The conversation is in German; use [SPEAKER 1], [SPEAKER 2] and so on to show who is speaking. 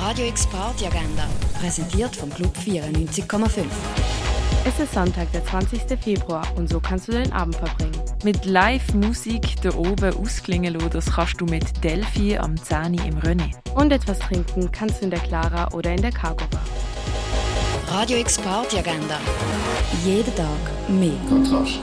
[SPEAKER 1] Radio X Agenda, präsentiert vom Club 94,5.
[SPEAKER 2] Es ist Sonntag, der 20. Februar und so kannst du den Abend verbringen.
[SPEAKER 3] Mit Live-Musik da oben ausklingen lassen, das kannst du mit Delphi am Zani im René.
[SPEAKER 2] Und etwas trinken kannst du in der Clara oder in der Cargo Bar.
[SPEAKER 1] Radio X Agenda, jeden Tag mehr.
[SPEAKER 4] Kontrast.